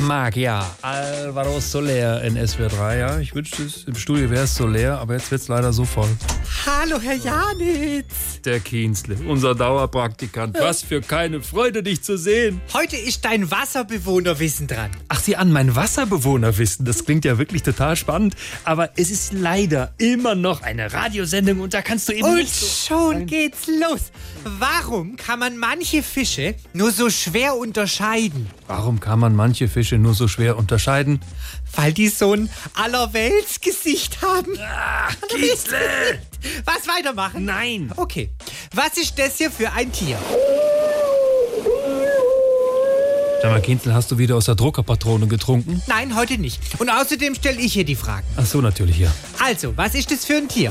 mag, ja. Alvaro Soler in SWR3, ja. Ich wünschte, es- im Studio wäre es so leer, aber jetzt wird es leider so voll. Hallo, Herr Janitz. Der Kienzle, unser Dauerpraktikant. Was für keine Freude, dich zu sehen. Heute ist dein Wasserbewohnerwissen dran. Ach, Sie an mein Wasserbewohnerwissen. Das klingt ja wirklich total spannend. Aber es ist leider immer noch eine Radiosendung und da kannst du eben Und nicht so... schon geht's los. Warum kann man manche Fische nur so schwer unterscheiden? Warum kann man manche Fische nur so schwer unterscheiden? Weil die so ein Allerweltsgesicht haben. Kienzle! Was weitermachen? Nein! Okay. Was ist das hier für ein Tier? Sag mal, Kienzle, hast du wieder aus der Druckerpatrone getrunken? Nein, heute nicht. Und außerdem stelle ich hier die Fragen. Ach so, natürlich, ja. Also, was ist das für ein Tier?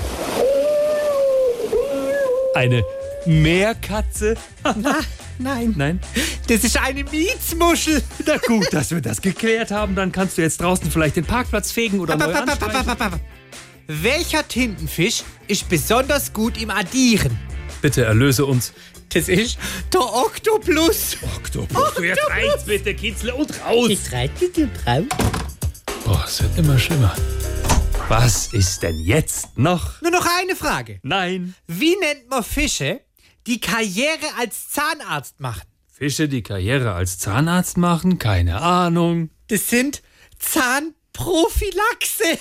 Eine Meerkatze? Na, nein. Nein? Das ist eine Mietsmuschel. Na gut, dass wir das geklärt haben, dann kannst du jetzt draußen vielleicht den Parkplatz fegen oder neu Ba, ba, ba, ba, anstreichen. ba, ba, ba. Welcher Tintenfisch ist besonders gut im Addieren? Bitte erlöse uns. Das ist der Oktopus. Oktopus, du jetzt eins bitte, Kitzle, und raus! reite den Traum. Boah, es wird immer schlimmer. Was ist denn jetzt noch? Nur noch eine Frage. Nein. Wie nennt man Fische, die Karriere als Zahnarzt machen? Fische, die Karriere als Zahnarzt machen? Keine Ahnung. Das sind Zahnprophylaxe.